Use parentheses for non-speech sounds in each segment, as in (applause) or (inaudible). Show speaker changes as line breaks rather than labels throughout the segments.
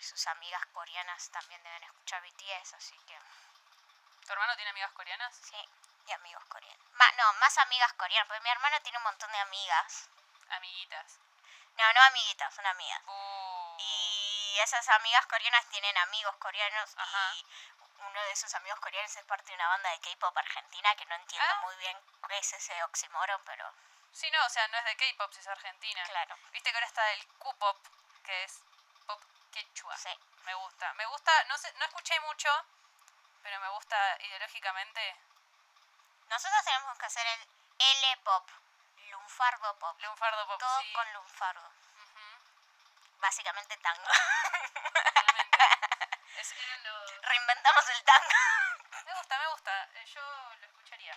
sus amigas coreanas también deben escuchar BTS, así que
¿Tu hermano tiene amigas coreanas?
sí, y amigos coreanos. Ma- no, más amigas coreanas, porque mi hermano tiene un montón de amigas.
Amiguitas.
No, no amiguitas, son amigas.
Bu.
Y esas amigas coreanas tienen amigos coreanos
Ajá.
y uno de esos amigos coreanos es parte de una banda de K-pop argentina que no entiendo
Ah.
muy bien qué es ese oxímoron, pero
Sí, no, o sea, no es de K-pop, si es argentina.
claro,
Viste que ahora está el Q-pop, que es pop quechua.
sí.
Me gusta. Me gusta, no sé, no escuché mucho, pero me gusta ideológicamente
Nosotros tenemos que hacer el L-pop, lunfardo pop,
Lunfardo Pop.
todo
sí.
con lunfardo, (laughs)
Ujú,
básicamente tango. (laughs)
totalmente. Es- eran los-
Reinventamos el tango.
Me gusta, me gusta. Eh, Yo lo escucharía.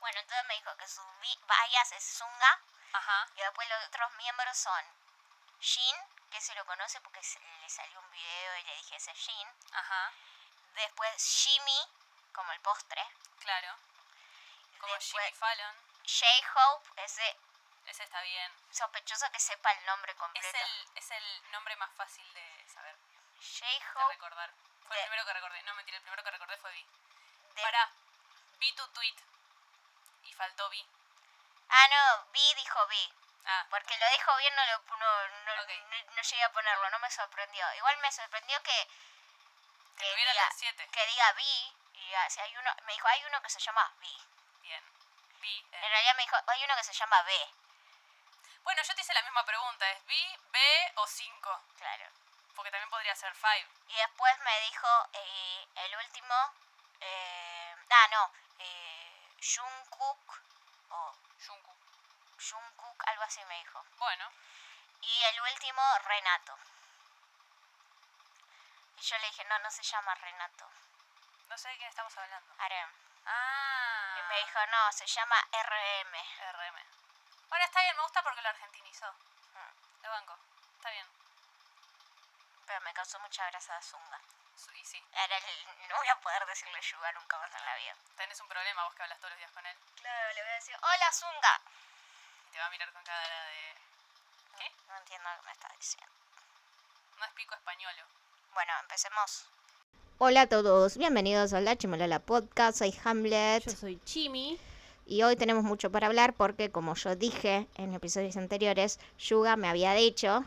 Bueno, entonces me dijo que su bi- bias es Zunga
Ajá.
y después los otros miembros son Shin, que se lo conoce porque se- le salió un video y le dije ese es Shin.
Ajá.
Después Jimmy, como el postre.
Claro. Como Jimmy
Después
Fallon.
J-Hope, ese
Ese está bien.
sospechoso que sepa el nombre
Es
completo.
el, es el nombre más fácil de saber, de
J-Hope.
recordar. Fue
de-
el primero que recordé. No, mentira, el primero que recordé fue Vi.
de-
Pará, vi tu tweet. Y faltó Vi.
Ah, no, B dijo B.
Ah,
Porque lo dijo bien, no, lo, no, no,
Ok.
no- no llegué a ponerlo, no me sorprendió. Igual me sorprendió que,
que tuviera
diga,
las 7.
que diga B. Y así hay uno, me dijo, hay uno que se llama B.
Eh. Bien. Vi. eh.
En realidad me dijo, hay uno que se llama B.
Bueno, yo te hice la misma pregunta. ¿Es Vi, B o 5?
Claro.
Porque también podría ser 5.
Y después me dijo eh, el último. eh, ah, no. Eh, Jungkook. O
Jungkook.
Jungkook, algo así me dijo.
Bueno.
Y el último, Renato. Y yo le dije, no, no se llama Renato.
No sé de quién estamos hablando.
Arem.
Ah.
Y me dijo, no, se llama RM.
RM. Bueno, está bien. Me gusta porque lo argentinizó.
Mm,
Lo banco. Está bien.
Pero me causó mucha grasa Zunga.
Su- Y sí.
Ahora el- no voy a poder decirle Yuga nunca más en la vida.
Tenés un problema vos que hablas todos los días con él.
Claro, le voy a decir, hola Zunga.
Y te va a mirar con cara de... ¿Qué?
No entiendo lo que me está diciendo.
No explico español.
Bueno, empecemos.
Hola a todos, bienvenidos a La Chimolala Podcast, soy Hamlet
Yo soy Chimi.
y hoy tenemos mucho para hablar porque como yo dije en episodios anteriores, Yuga me había dicho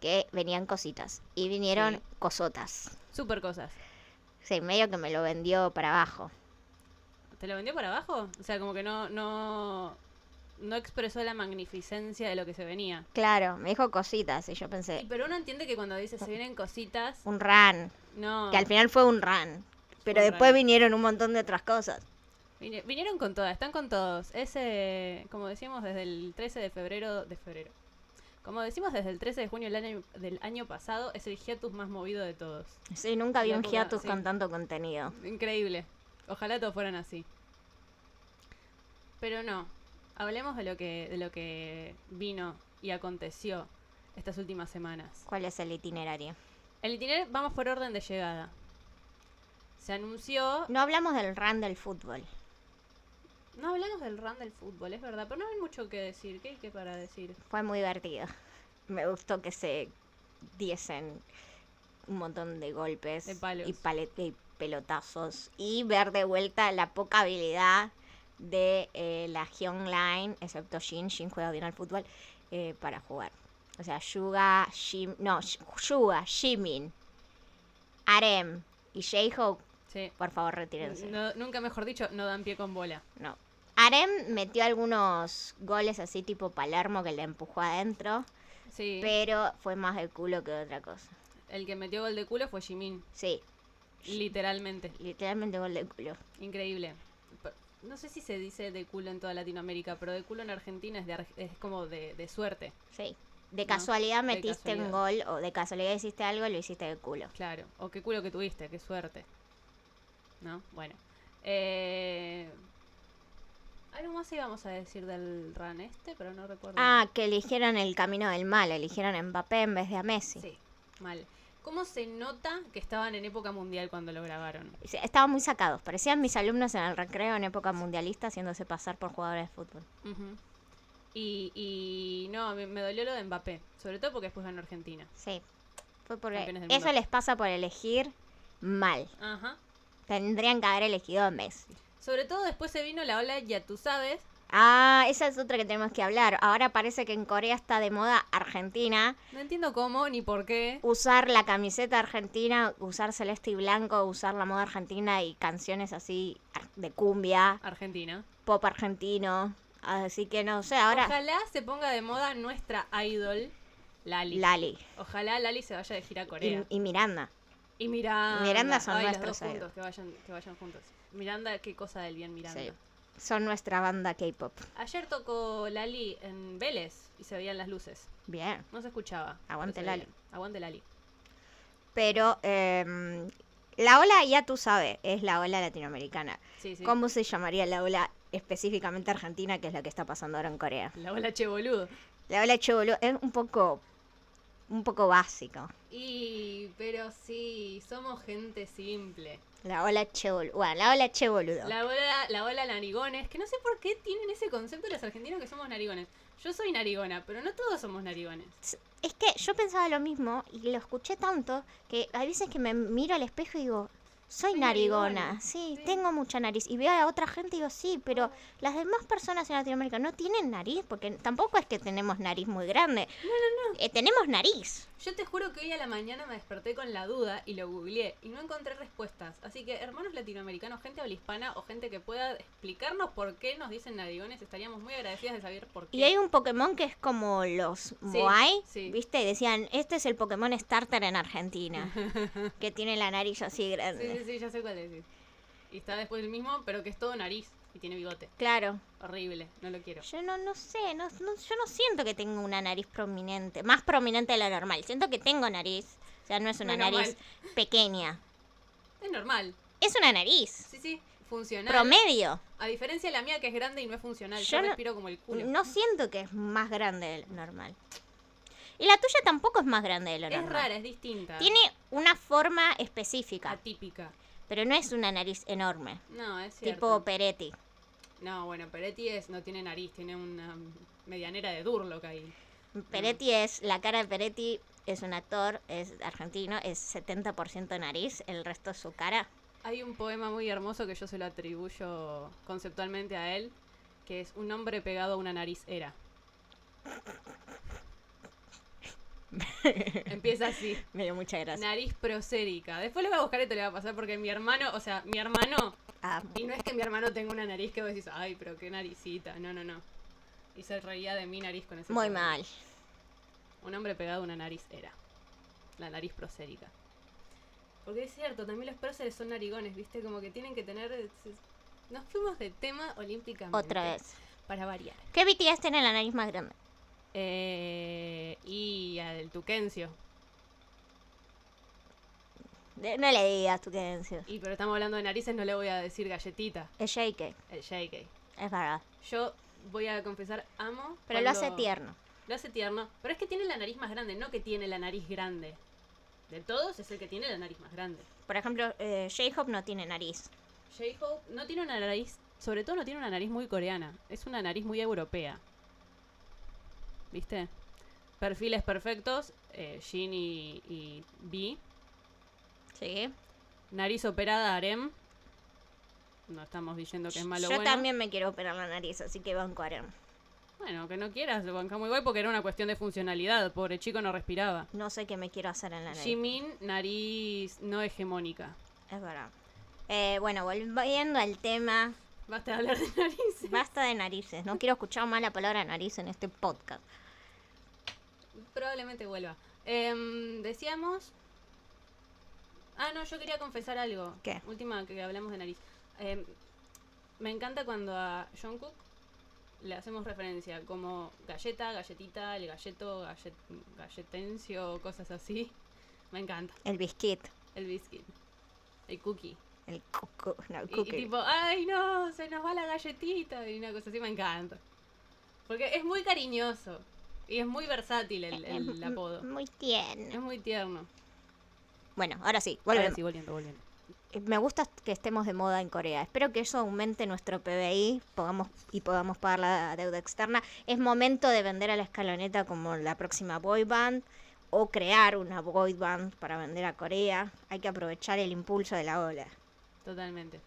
que venían cositas y vinieron
Sí.
cosotas.
Super cosas.
Sí, medio que me lo vendió para abajo.
¿Te lo vendió por abajo? O sea, como que no, no, no expresó la magnificencia de lo que se venía.
Claro, me dijo cositas y yo
Y
pensé,
pero uno entiende que cuando dice se vienen cositas,
un run,
no.
que al final fue un run, pero
Ah. un
después
run.
vinieron un montón de otras cosas.
Vine- Vinieron con todas, están con todos. Ese, como decíamos desde el 13 de febrero de febrero. Como decimos desde el 13 de junio del año, del año pasado, es el hiatus más movido de todos.
Sí, nunca vi
La
un
época,
hiatus
sí.
con tanto contenido.
Increíble. Ojalá todos fueran así. Pero no. Hablemos de lo que, de lo que vino y aconteció estas últimas semanas.
¿Cuál es el itinerario?
El itinerario, vamos por orden de llegada. Se anunció.
No hablamos del run del fútbol.
No hablamos del run del fútbol, es verdad, pero no hay mucho que decir. ¿Qué hay que para decir?
Fue muy divertido. Me gustó que se diesen un montón de golpes
De palos.
y, palet- y pelotazos y ver de vuelta la poca habilidad de eh, la Hyunline, excepto Shin, Shin juega bien al fútbol, eh, para jugar. O sea, Yuga, Shim, no, Sh- Yuga, Jimin, Arem y J-Hope,
Sí.
por favor, retírense.
No- nunca mejor dicho, no dan pie con bola.
No. Arem metió algunos goles así tipo Palermo que le empujó adentro.
Sí.
Pero fue más de culo que de otra cosa.
El que metió gol de culo fue Jimin.
Sí,
Literalmente.
literalmente gol de culo.
Increíble. P- No sé si se dice de culo en toda Latinoamérica, pero de culo en Argentina es, de ar- es como de, de suerte.
Sí. De
No,
casualidad
de
metiste un gol o de casualidad hiciste algo y lo hiciste de culo.
Claro. O qué culo que tuviste, qué suerte. ¿No? Bueno. Eh, Algo más íbamos a decir del RAN este, pero no recuerdo.
Ah, que eligieron el camino del mal, eligieron a Mbappé en vez de a Messi.
sí. Mal. ¿Cómo se nota que estaban en época mundial cuando lo grabaron?
Sí, Estaban muy sacados, parecían mis alumnos en el recreo en época mundialista haciéndose pasar por jugadores de fútbol.
Ujú. y, y no, me, me dolió lo de Mbappé. Sobre todo porque después ganó Argentina.
Sí, Fue porque
Campeones del
eso
mundo.
les pasa por elegir mal.
Ajá.
Tendrían que haber elegido a Messi.
Sobre todo después se vino la ola, ya tú sabes.
Ah, esa es otra que tenemos que hablar. Ahora parece que en Corea está de moda Argentina.
No entiendo cómo ni por qué.
Usar la camiseta argentina, usar celeste y blanco, usar la moda argentina y canciones así ar- de cumbia,
Argentina.
pop argentino. Así que no sé, ahora
Ojalá se ponga de moda nuestra idol, Lali.
Lali
Ojalá Lali se vaya de gira a
y,
Corea.
y Miranda.
Y, Miranda.
Miranda son
Ay, los
nuestros
dos
idols.
juntos, que vayan, que vayan juntos. Miranda, qué cosa del bien Miranda.
Sí. Son nuestra banda K-pop.
Ayer tocó Lali en Vélez y se veían las luces.
Bien.
No se escuchaba. pero
Aguante
se
Lali.
veían. Aguante Lali.
Pero em, la ola, ya tú sabes, es la ola latinoamericana.
Sí, sí.
¿Cómo se llamaría la ola específicamente argentina, que es la que está pasando ahora en Corea?
La ola che boludo.
La ola che, boludo, es un poco, un poco básico.
Y, pero sí, somos gente simple.
La ola che, boludo. Bueno, la ola che, boludo.
La ola, la ola narigones, que no sé por qué tienen ese concepto los argentinos que somos narigones. Yo soy narigona, pero no todos somos narigones.
Es que yo pensaba lo mismo y lo escuché tanto que hay veces que me miro al espejo y digo, soy
Soy
narigona,
narigona,
sí,
sí.
tengo mucha nariz. Y veo a otra gente y digo, sí, pero las demás personas en Latinoamérica no tienen nariz, porque tampoco es que tenemos nariz muy grande. No, no, no. tenemos nariz.
Yo te juro que hoy a la mañana me desperté con la duda y lo googleé y no encontré respuestas. Así que, hermanos latinoamericanos, gente habla hispana o gente que pueda explicarnos por qué nos dicen narigones, estaríamos muy agradecidas de saber por qué.
Y hay un Pokémon que es como los Moai,
sí.
¿viste? Y decían, este es el Pokémon starter en Argentina, que tiene la nariz así
Sí,
grande.
sí, sí, ya sé cuál decir. Y está después el mismo, pero que es todo nariz y tiene bigote.
Claro,
Horrible, no lo quiero.
yo no, no sé, no, no- yo no siento que tengo una nariz prominente, más prominente de la normal. Siento que tengo nariz, o sea, no es una
Menos
nariz pequeña,
Es normal,
es una nariz,
sí, sí, funcional.
promedio.
A diferencia de la mía que es grande y no es funcional,
Yo
yo,
no-
respiro como el culo.
No siento que es más grande de lo normal. Y la tuya tampoco es más grande de lo
es
normal.
rara, Ah. es distinta.
Tiene una forma específica,
atípica.
pero no es una nariz enorme,
No, es
tipo
cierto.
Peretti.
No, bueno, Peretti es, no tiene nariz, tiene una medianera de Durlock ahí. Mm.
Peretti es, la cara de Peretti es un actor, es argentino, es 70% nariz, el resto es su cara.
Hay un poema muy hermoso que yo se lo atribuyo conceptualmente a él, que es un hombre pegado a una nariz
(laughs)
era. Empieza así.
Me dio mucha gracia.
Nariz prosérica. Después lo voy a buscar y te lo voy a pasar porque mi hermano, o sea, mi hermano
Ah,
Y no es que mi hermano tenga una nariz que vos decís, ay, pero qué naricita. No, no, no. Y se reía de mi nariz con ese.
muy
problema.
mal.
Un hombre pegado a una nariz era. La nariz prosérica. Porque es cierto, también los próceres son narigones, ¿viste? Como que tienen que tener. Nos fuimos de tema olímpicamente.
Otra vez.
Para variar.
¿Qué BTS tiene la nariz más grande?
Eh, y al Tuquencio.
De- No le digas tú qué decís.
Y pero estamos hablando de narices, no le voy a decir galletita.
Es JK,
El JK.
es verdad.
Yo voy a confesar, amo.
Pero lo hace
cuando-
tierno.
Lo hace tierno, pero es que tiene la nariz más grande, no que tiene la nariz grande. De todos es el que tiene la nariz más grande.
Por ejemplo, eh, J-Hope no tiene nariz.
J-Hope no tiene una nariz, sobre todo no tiene una nariz muy coreana, es una nariz muy europea. ¿Viste? Perfiles perfectos, eh, Jin y, y B.
Sí.
Nariz operada, Arem. No estamos diciendo que es malo o
Yo
bueno.
también me quiero operar la nariz, así que banco harem.
Bueno, que no quieras, lo bancamos igual porque era una cuestión de funcionalidad, pobre chico no respiraba.
No sé qué me quiero hacer en la nariz.
Jimin, nariz no hegemónica.
Es verdad. Eh, bueno, volviendo al tema,
Basta de hablar de narices.
basta de narices. No quiero escuchar más la palabra nariz en este podcast.
Probablemente vuelva. Em, decíamos. Ah, no, yo quería confesar algo.
¿Qué?
Última que hablamos de nariz. Em, me encanta cuando a John Cook le hacemos referencia como galleta, galletita, el galleto, gallet, galletencio, cosas así. Me encanta.
El biscuit,
El biscuit. El cookie.
el cucu, no, el
Y, y
cookie.
tipo, ay no, se nos va la galletita. Y una cosa así, me encanta. Porque es muy cariñoso. Y es muy versátil el,
Es
el
m-
apodo.
Eh, Muy
Es
tierno.
muy tierno.
Bueno, ahora sí, volvemos.
sí, volviendo, volviendo.
Eh, Me gusta que estemos de moda en Corea. Espero que eso aumente nuestro PBI podamos, y podamos pagar la deuda externa. Es momento de vender a la escaloneta como la próxima boy band o crear una boy band para vender a Corea. Hay que aprovechar el impulso de la ola.
Totalmente.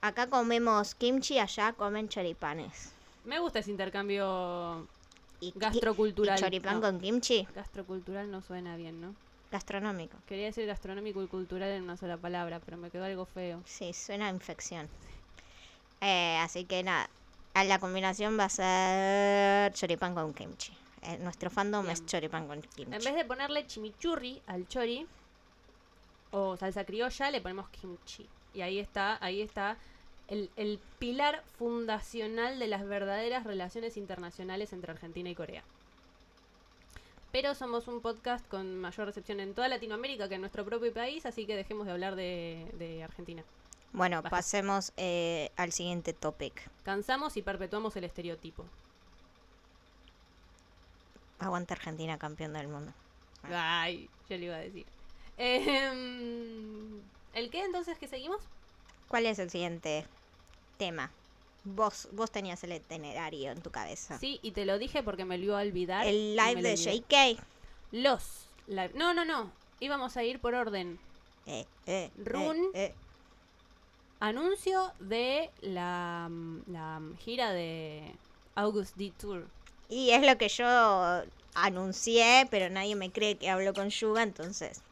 Acá comemos kimchi, allá comen choripanes.
Me gusta ese intercambio
Y, y-
gastrocultural.
y choripán
No,
con kimchi,
Gastrocultural no suena bien, ¿no?
gastronómico.
Quería decir gastronómico y cultural en una sola palabra, pero me quedó algo feo.
Sí, suena a infección. Eh, así que nada, a la combinación va a ser choripán con kimchi. Eh, nuestro fandom es
Bien.
choripán con kimchi.
En vez de ponerle chimichurri al chori o salsa criolla, le ponemos kimchi. Y ahí está, ahí está el, el pilar fundacional de las verdaderas relaciones internacionales entre Argentina y Corea. Pero somos un podcast con mayor recepción en toda Latinoamérica que en nuestro propio país, así que dejemos de hablar de, de Argentina.
Bueno,
Basta.
pasemos eh, al siguiente topic.
Cansamos y perpetuamos el estereotipo.
Aguanta Argentina, campeón del mundo.
Ay, yo le iba a decir. Em, ¿El qué entonces que seguimos?
¿Cuál es el siguiente tema? Vos, vos tenías el itinerario en tu cabeza.
Sí, y te lo dije porque me lo iba a olvidar.
el
y
live
me lo
de
olvidé.
JK.
Los live. No, no, no. Íbamos a ir por orden.
Eh, eh,
Run.
eh, eh.
Anuncio de la, mm, la mm, gira de August D Tour.
Y es lo que yo anuncié, pero nadie me cree que hablo con Yuga, entonces.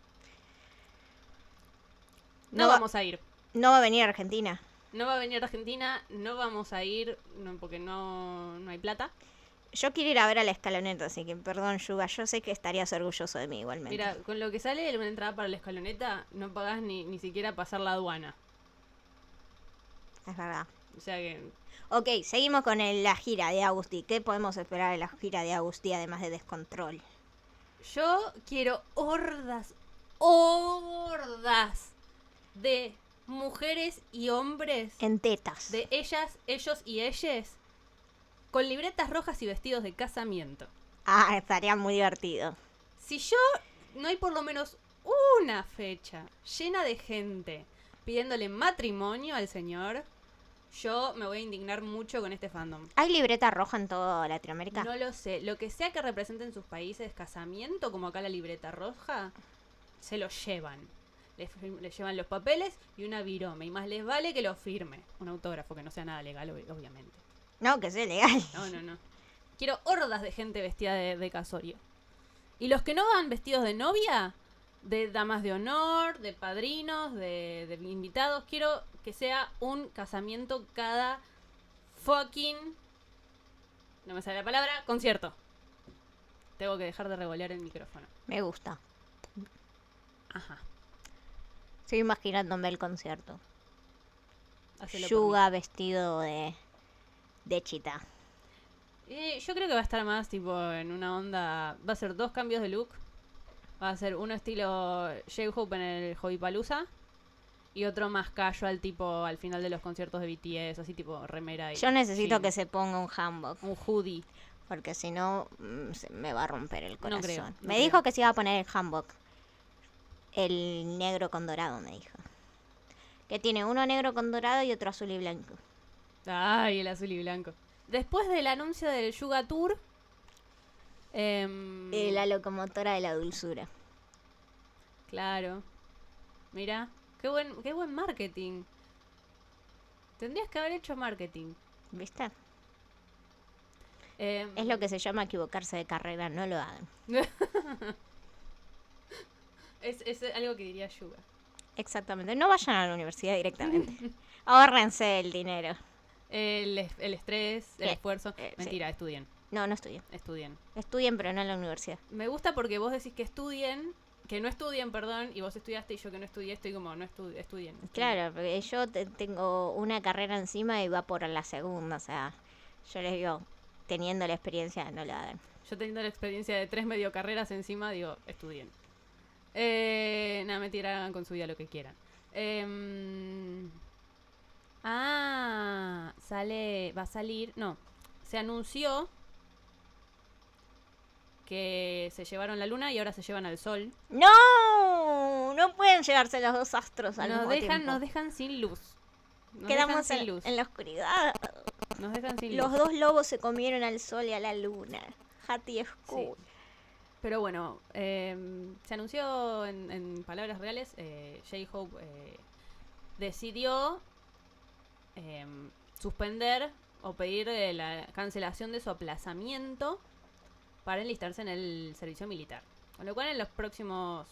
No,
No va-
vamos a ir.
No va a venir a Argentina.
No va a venir a Argentina, no vamos a ir no, porque no, no hay plata.
Yo quiero ir a ver a la escaloneta, así que perdón, Yuga, yo sé que estarías orgulloso de mí igualmente.
Mira, con lo que sale de una entrada para la escaloneta, no pagás ni, ni siquiera pasar la aduana.
Es verdad.
O sea que
Ok, seguimos con el- la gira de Agustí. ¿Qué podemos esperar de la gira de Agustí además de descontrol?
Yo quiero hordas, hordas de mujeres y hombres,
En tetas.
de ellas, ellos y ellas, con libretas rojas y vestidos de casamiento.
Ah, estaría muy divertido.
Si yo no hay por lo menos una fecha llena de gente pidiéndole matrimonio al señor, yo me voy a indignar mucho con este fandom.
¿Hay libreta roja en toda Latinoamérica?
No lo sé. Lo que sea que representen sus países, casamiento, como acá la libreta roja, se lo llevan. Le, fir- le llevan los papeles y una virome. Y más les vale que lo firme. Un autógrafo que no sea nada legal, ob- obviamente.
No, que sea legal. (laughs)
No, no, no. Quiero hordas de gente vestida de, de casorio. Y los que no van vestidos de novia, de damas de honor, de padrinos, de, de invitados, quiero que sea un casamiento cada fucking. No me sale la palabra, concierto. Tengo que dejar de revolear el micrófono.
Me gusta.
Ajá.
Estoy imaginándome el concierto.
hacelo por mí.
Yuga vestido de. de chita.
Eh, yo creo que va a estar más tipo en una onda. Va a ser dos cambios de look. Va a ser uno estilo J-Hope en el Hobby Palooza. Y otro más casual, tipo al final de los conciertos de BTS, así tipo remera y.
Yo necesito
jean.
que se ponga un hanbok,
Un hoodie.
porque si no mm, se me va a romper el
creo,
corazón.
no
me
creo.
dijo que se iba a poner el hanbok. El negro con dorado, me dijo. Que tiene uno negro con dorado y otro azul y blanco.
Ay, el azul y blanco. Después del anuncio del Yuga Tour. em,
Eh, la locomotora de la dulzura.
Claro. Mira, qué buen, qué buen marketing. Tendrías que haber hecho marketing.
¿Viste?
Em,
Es lo que se llama equivocarse de carrera, no lo hagan.
es, es algo que diría Yuga.
Exactamente, no vayan a la universidad (laughs) directamente. Ahórrense el dinero.
El, es- el estrés, el
Eh,
esfuerzo.
eh, sí.
Mentira, estudien,
No, no estudien.
estudien.
Estudien, pero no en la universidad.
Me gusta porque vos decís que estudien, que no estudien, perdón, y vos estudiaste y yo que no estudié, estoy como, no estu- estudien. estudien.
Claro, porque yo te- tengo una carrera encima y va por la segunda, o sea, yo les digo, teniendo la experiencia, no la hagan.
Yo teniendo la experiencia de tres medio carreras encima, digo, estudien. Eh, Nada, mentira, hagan con su vida lo que quieran. Em, ah, sale, va a salir, no, se anunció que se llevaron la luna y ahora se llevan al sol.
¡No! No pueden llevarse los dos astros al
Nos
mismo
dejan,
tiempo.
nos dejan sin luz. Nos dejan
Quedamos
sin
en,
luz.
en la oscuridad.
Nos dejan sin
Los
luz.
dos lobos se comieron al sol y a la luna. Hattie
Sí.
School.
Pero bueno, eh, se anunció en, en palabras reales, eh, J-Hope eh, decidió eh, suspender o pedir eh, la cancelación de su aplazamiento para enlistarse en el servicio militar. Con lo cual en los próximos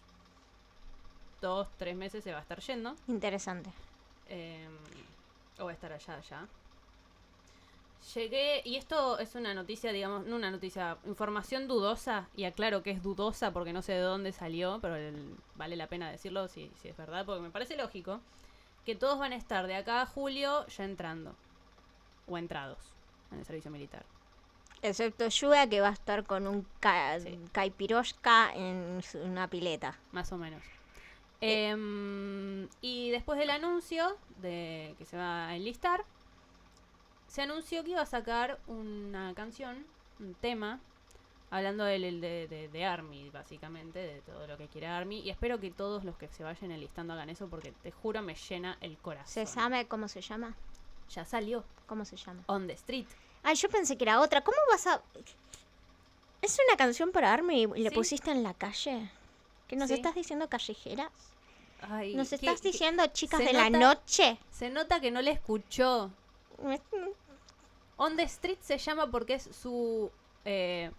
dos, tres meses se va a estar yendo.
Interesante.
Eh, o va a estar allá, allá. Llegué, y esto es una noticia, digamos, no una noticia, información dudosa, y aclaro que es dudosa porque no sé de dónde salió, pero el- vale la pena decirlo si, si es verdad, porque me parece lógico, que todos van a estar de acá a julio ya entrando, o entrados en el servicio militar.
Excepto Yuga que va a estar con un ca
Sí.
caipirosca en su- una pileta.
más o menos.
Eh.
Em, y después del anuncio de que se va a enlistar, se anunció que iba a sacar una canción, un tema, hablando del- del- de, de- de Army, básicamente, de todo lo que quiera Army. Y espero que todos los que se vayan enlistando hagan eso porque te juro me llena el corazón.
¿Se sabe cómo se llama?
Ya salió,
¿Cómo se llama?
On the Street.
Ay, Ah, yo pensé que era otra. ¿Cómo vas a...? ¿Es una canción para Army y le
Sí.
pusiste en la calle? ¿Que nos
Sí.
estás diciendo callejeras?
Ay,
¿Nos
qué-
estás
qué-
diciendo chicas
se
de la
nota-
noche?
Se nota que no le escuchó. On the Street se llama porque es su eh,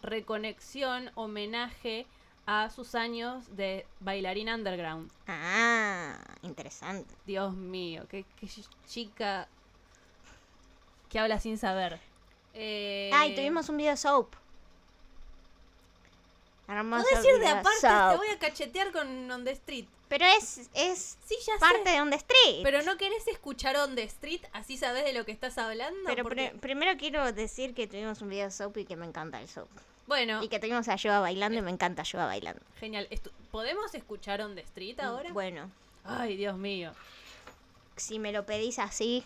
reconexión, homenaje a sus años de bailarín underground.
Ah, interesante.
Dios mío, qué, qué ch- chica que habla sin saber. Eh,
Ay, tuvimos un video soap.
No
Hermoso
decir de
video
aparte, te
soap.
voy a cachetear con On the Street.
Pero es, es
Sí, ya
parte
sé.
de On The Street.
Pero no querés escuchar On the Street, así sabes de lo que estás hablando.
Pero
porque-
pri- primero quiero decir que tuvimos un video soap y que me encanta el soap.
Bueno,
Y que tuvimos a Yoga bailando y me encanta Yoga bailando.
genial. Estu- ¿Podemos escuchar On the Street ahora?
Mm, Bueno,
Ay, Dios mío.
si me lo pedís así,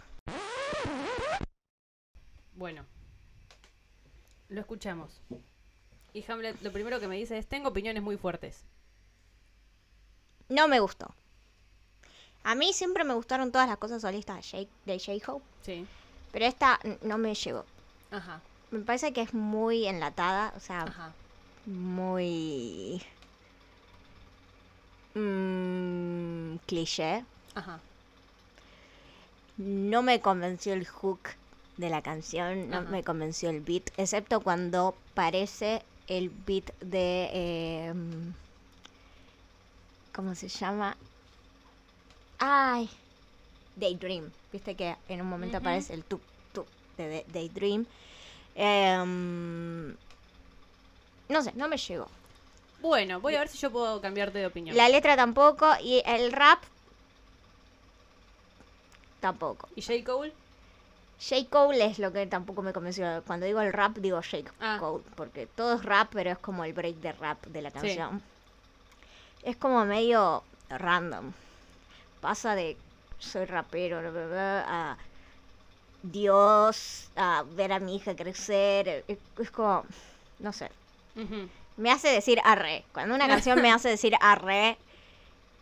Bueno, lo escuchamos. Y Hamlet lo primero que me dice es, tengo opiniones muy fuertes.
no me gustó. A mí siempre me gustaron todas las cosas solistas de Jake- de J-Hope,
Sí.
pero esta n- no me llegó.
Ajá,
Me parece que es muy enlatada, o sea,
ajá.
muy... mm, cliché.
Ajá.
No me convenció el hook de la canción, no
Ajá.
me convenció el beat, excepto cuando parece el beat de... eh, ¿Cómo se llama? Ay, Daydream. Viste que en un momento
Ujú.
aparece el tup, tup de, de- Daydream. Em, no sé, no me llegó.
Bueno, voy a ver si yo puedo cambiarte de opinión.
La letra tampoco y el rap tampoco.
¿Y J. Cole?
J. Cole es lo que tampoco me convenció. Cuando digo el rap, digo J.
Ah.
Cole. Porque todo es rap, pero es como el break de rap de la canción. Es como medio random. Pasa de soy rapero bla, bla, bla, a Dios, a ver a mi hija crecer. Es, es como, no sé.
Ujú.
Me hace decir arre. Cuando una canción me hace decir arre,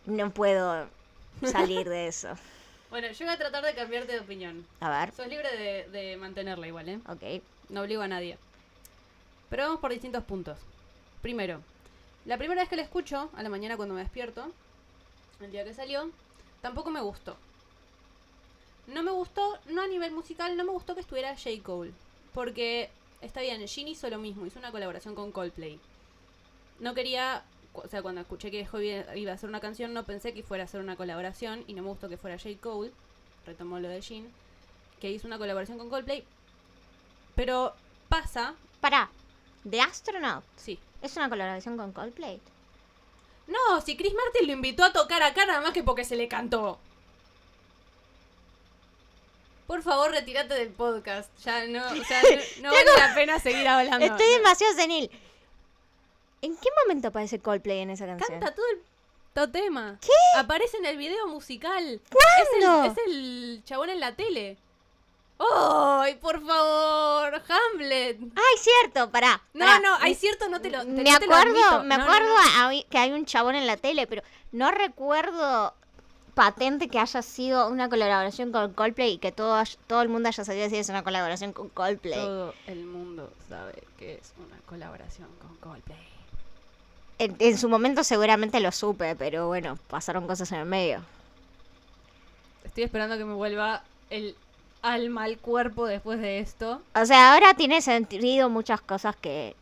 no puedo salir de eso.
Bueno, yo voy a tratar de cambiarte de opinión.
A ver,
Sos libre de, de mantenerla igual, ¿eh?
ok.
No obligo a nadie. Pero vamos por distintos puntos. Primero, la primera vez que la escucho, a la mañana cuando me despierto, el día que salió, tampoco me gustó. No me gustó, no a nivel musical, no me gustó que estuviera J. Cole. Porque, está bien, Gin hizo lo mismo, hizo una colaboración con Coldplay. No quería, cu- o sea, cuando escuché que Joy iba a hacer una canción, no pensé que fuera a hacer una colaboración y no me gustó que fuera J. Cole. Retomó lo de Gin, que hizo una colaboración con Coldplay. Pero pasa,
Pará. The Astronaut.
sí.
¿Es una colaboración con Coldplay?
No, si Chris Martin lo invitó a tocar acá nada más que porque se le cantó. Por favor, retírate del podcast. Ya no, o sea,
(laughs)
no, no vale la pena seguir hablando.
Estoy demasiado senil. ¿En qué momento aparece Coldplay en esa canción?
Canta todo el todo tema. ¿Qué? Aparece en el video musical.
¿Cuándo?
Es el, es el chabón en la tele. ¡Ay, por favor! ¡Hamlet!
Ay, cierto, pará.
No,
pará.
no, hay cierto, no te lo. te-
Me
no te lo admito.
acuerdo, me
No, no,
acuerdo
no.
a- a- que hay un chabón en la tele, pero no recuerdo patente que haya sido una colaboración con Coldplay y que todo, hay- todo el mundo haya sabido decir es una colaboración con Coldplay.
Todo el mundo sabe que es una colaboración con Coldplay.
en, en su momento seguramente lo supe, pero bueno, pasaron cosas en el medio.
Estoy esperando que me vuelva el alma al cuerpo después de esto.
O sea, ahora tiene sentido muchas cosas que,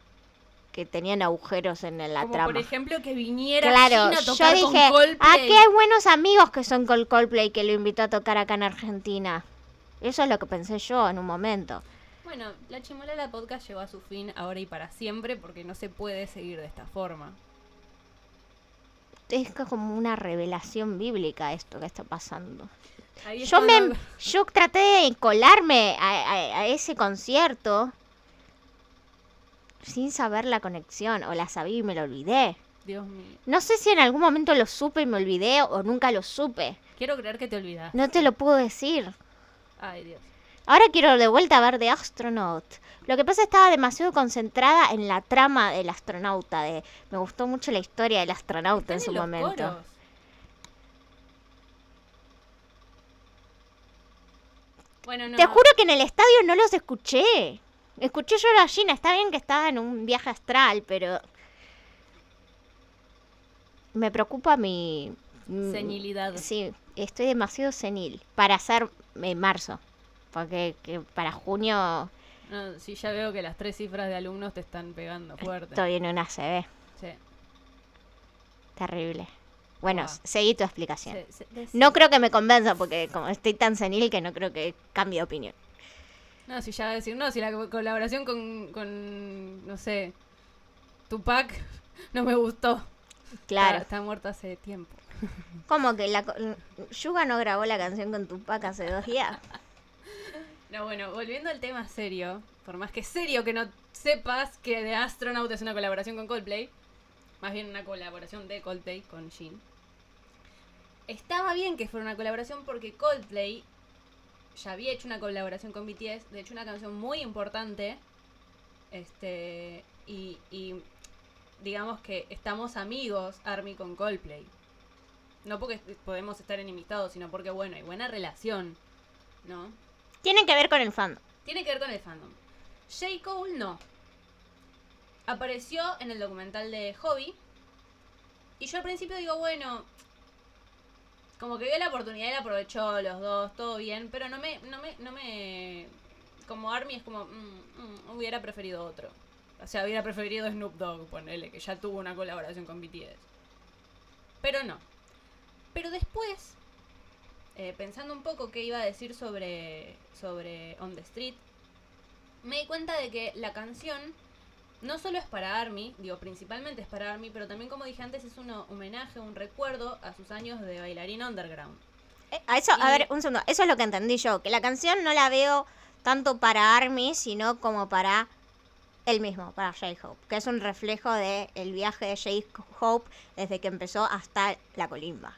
que tenían agujeros en la
Como
trama.
por ejemplo que viniera
Claro,
Gina a
yo
tocar con
dije, ah,
Coldplay.
qué buenos amigos que son con Coldplay que lo invitó a tocar acá en Argentina. Eso es lo que pensé yo en un momento.
Bueno, la chimolala podcast llegó a su fin ahora y para siempre porque no se puede seguir de esta forma.
Es que como una revelación bíblica esto que está pasando.
Ahí
Yo
está
me
lo-
yo traté de colarme a, a- a ese concierto sin saber la conexión, o la sabía y me lo olvidé.
Dios mío.
No sé si en algún momento lo supe y me olvidé o nunca lo supe.
Quiero creer que te olvidas.
No te lo puedo decir.
Ay, Dios.
Ahora quiero de vuelta ver The Astronaut. Lo que pasa es que estaba demasiado concentrada en la trama del astronauta. De... Me gustó mucho la historia del astronauta en
Están
su
los
momento.
coros. Bueno, no.
Te juro que en el estadio no los escuché. Escuché yo a Gina. Está bien que estaba en un viaje astral, pero... Me preocupa mi... mi-
Senilidad.
Sí, estoy demasiado senil para ser en marzo. Porque que para junio
No, sí, ya veo que las tres cifras de alumnos te están pegando fuerte.
estoy en una CB.
Sí,
Terrible. Bueno,
Wow.
s- seguí tu explicación.
Ah. sí, sí, decí-
No creo que me convenza porque como estoy tan senil que no creo que cambie de opinión.
No, si ya va a decir, no, si la co- colaboración con, con, no sé, Tupac no me gustó. Está,
Claro.
está muerto hace tiempo.
Como que la co- Yuga no grabó la canción con Tupac hace dos días.
No, bueno, volviendo al tema serio, por más que serio que no sepas que The Astronaut es una colaboración con Coldplay, más bien una colaboración de Coldplay con Jin. Estaba bien que fuera una colaboración porque Coldplay ya había hecho una colaboración con BTS, de hecho una canción muy importante, este, y, y digamos que estamos amigos ARMY con Coldplay. No porque podemos estar enemistados, sino porque, bueno, hay buena relación, ¿no?
Tiene que ver con el fandom.
Tiene que ver con el fandom. J. Cole no. Apareció en el documental de Hobby. Y yo al principio digo, bueno, como que vio la oportunidad y la aprovechó los dos, todo bien, pero no me, no me, no me, como Army es como, mm, mm, hubiera preferido otro. O sea, hubiera preferido Snoop Dogg, ponele, que ya tuvo una colaboración con BTS. Pero no. Pero después, eh, pensando un poco qué iba a decir sobre, sobre On the Street, me di cuenta de que la canción no solo es para Army, digo, principalmente es para Army, pero también, como dije antes, es un homenaje, un recuerdo a sus años de bailarín underground.
Eh, A eso, a
Y-
ver, un segundo. Eso es lo que entendí yo. Que la canción no la veo tanto para Army, sino como para él mismo, para J-Hope. Que es un reflejo del el viaje de J-Hope desde que empezó hasta la colimba.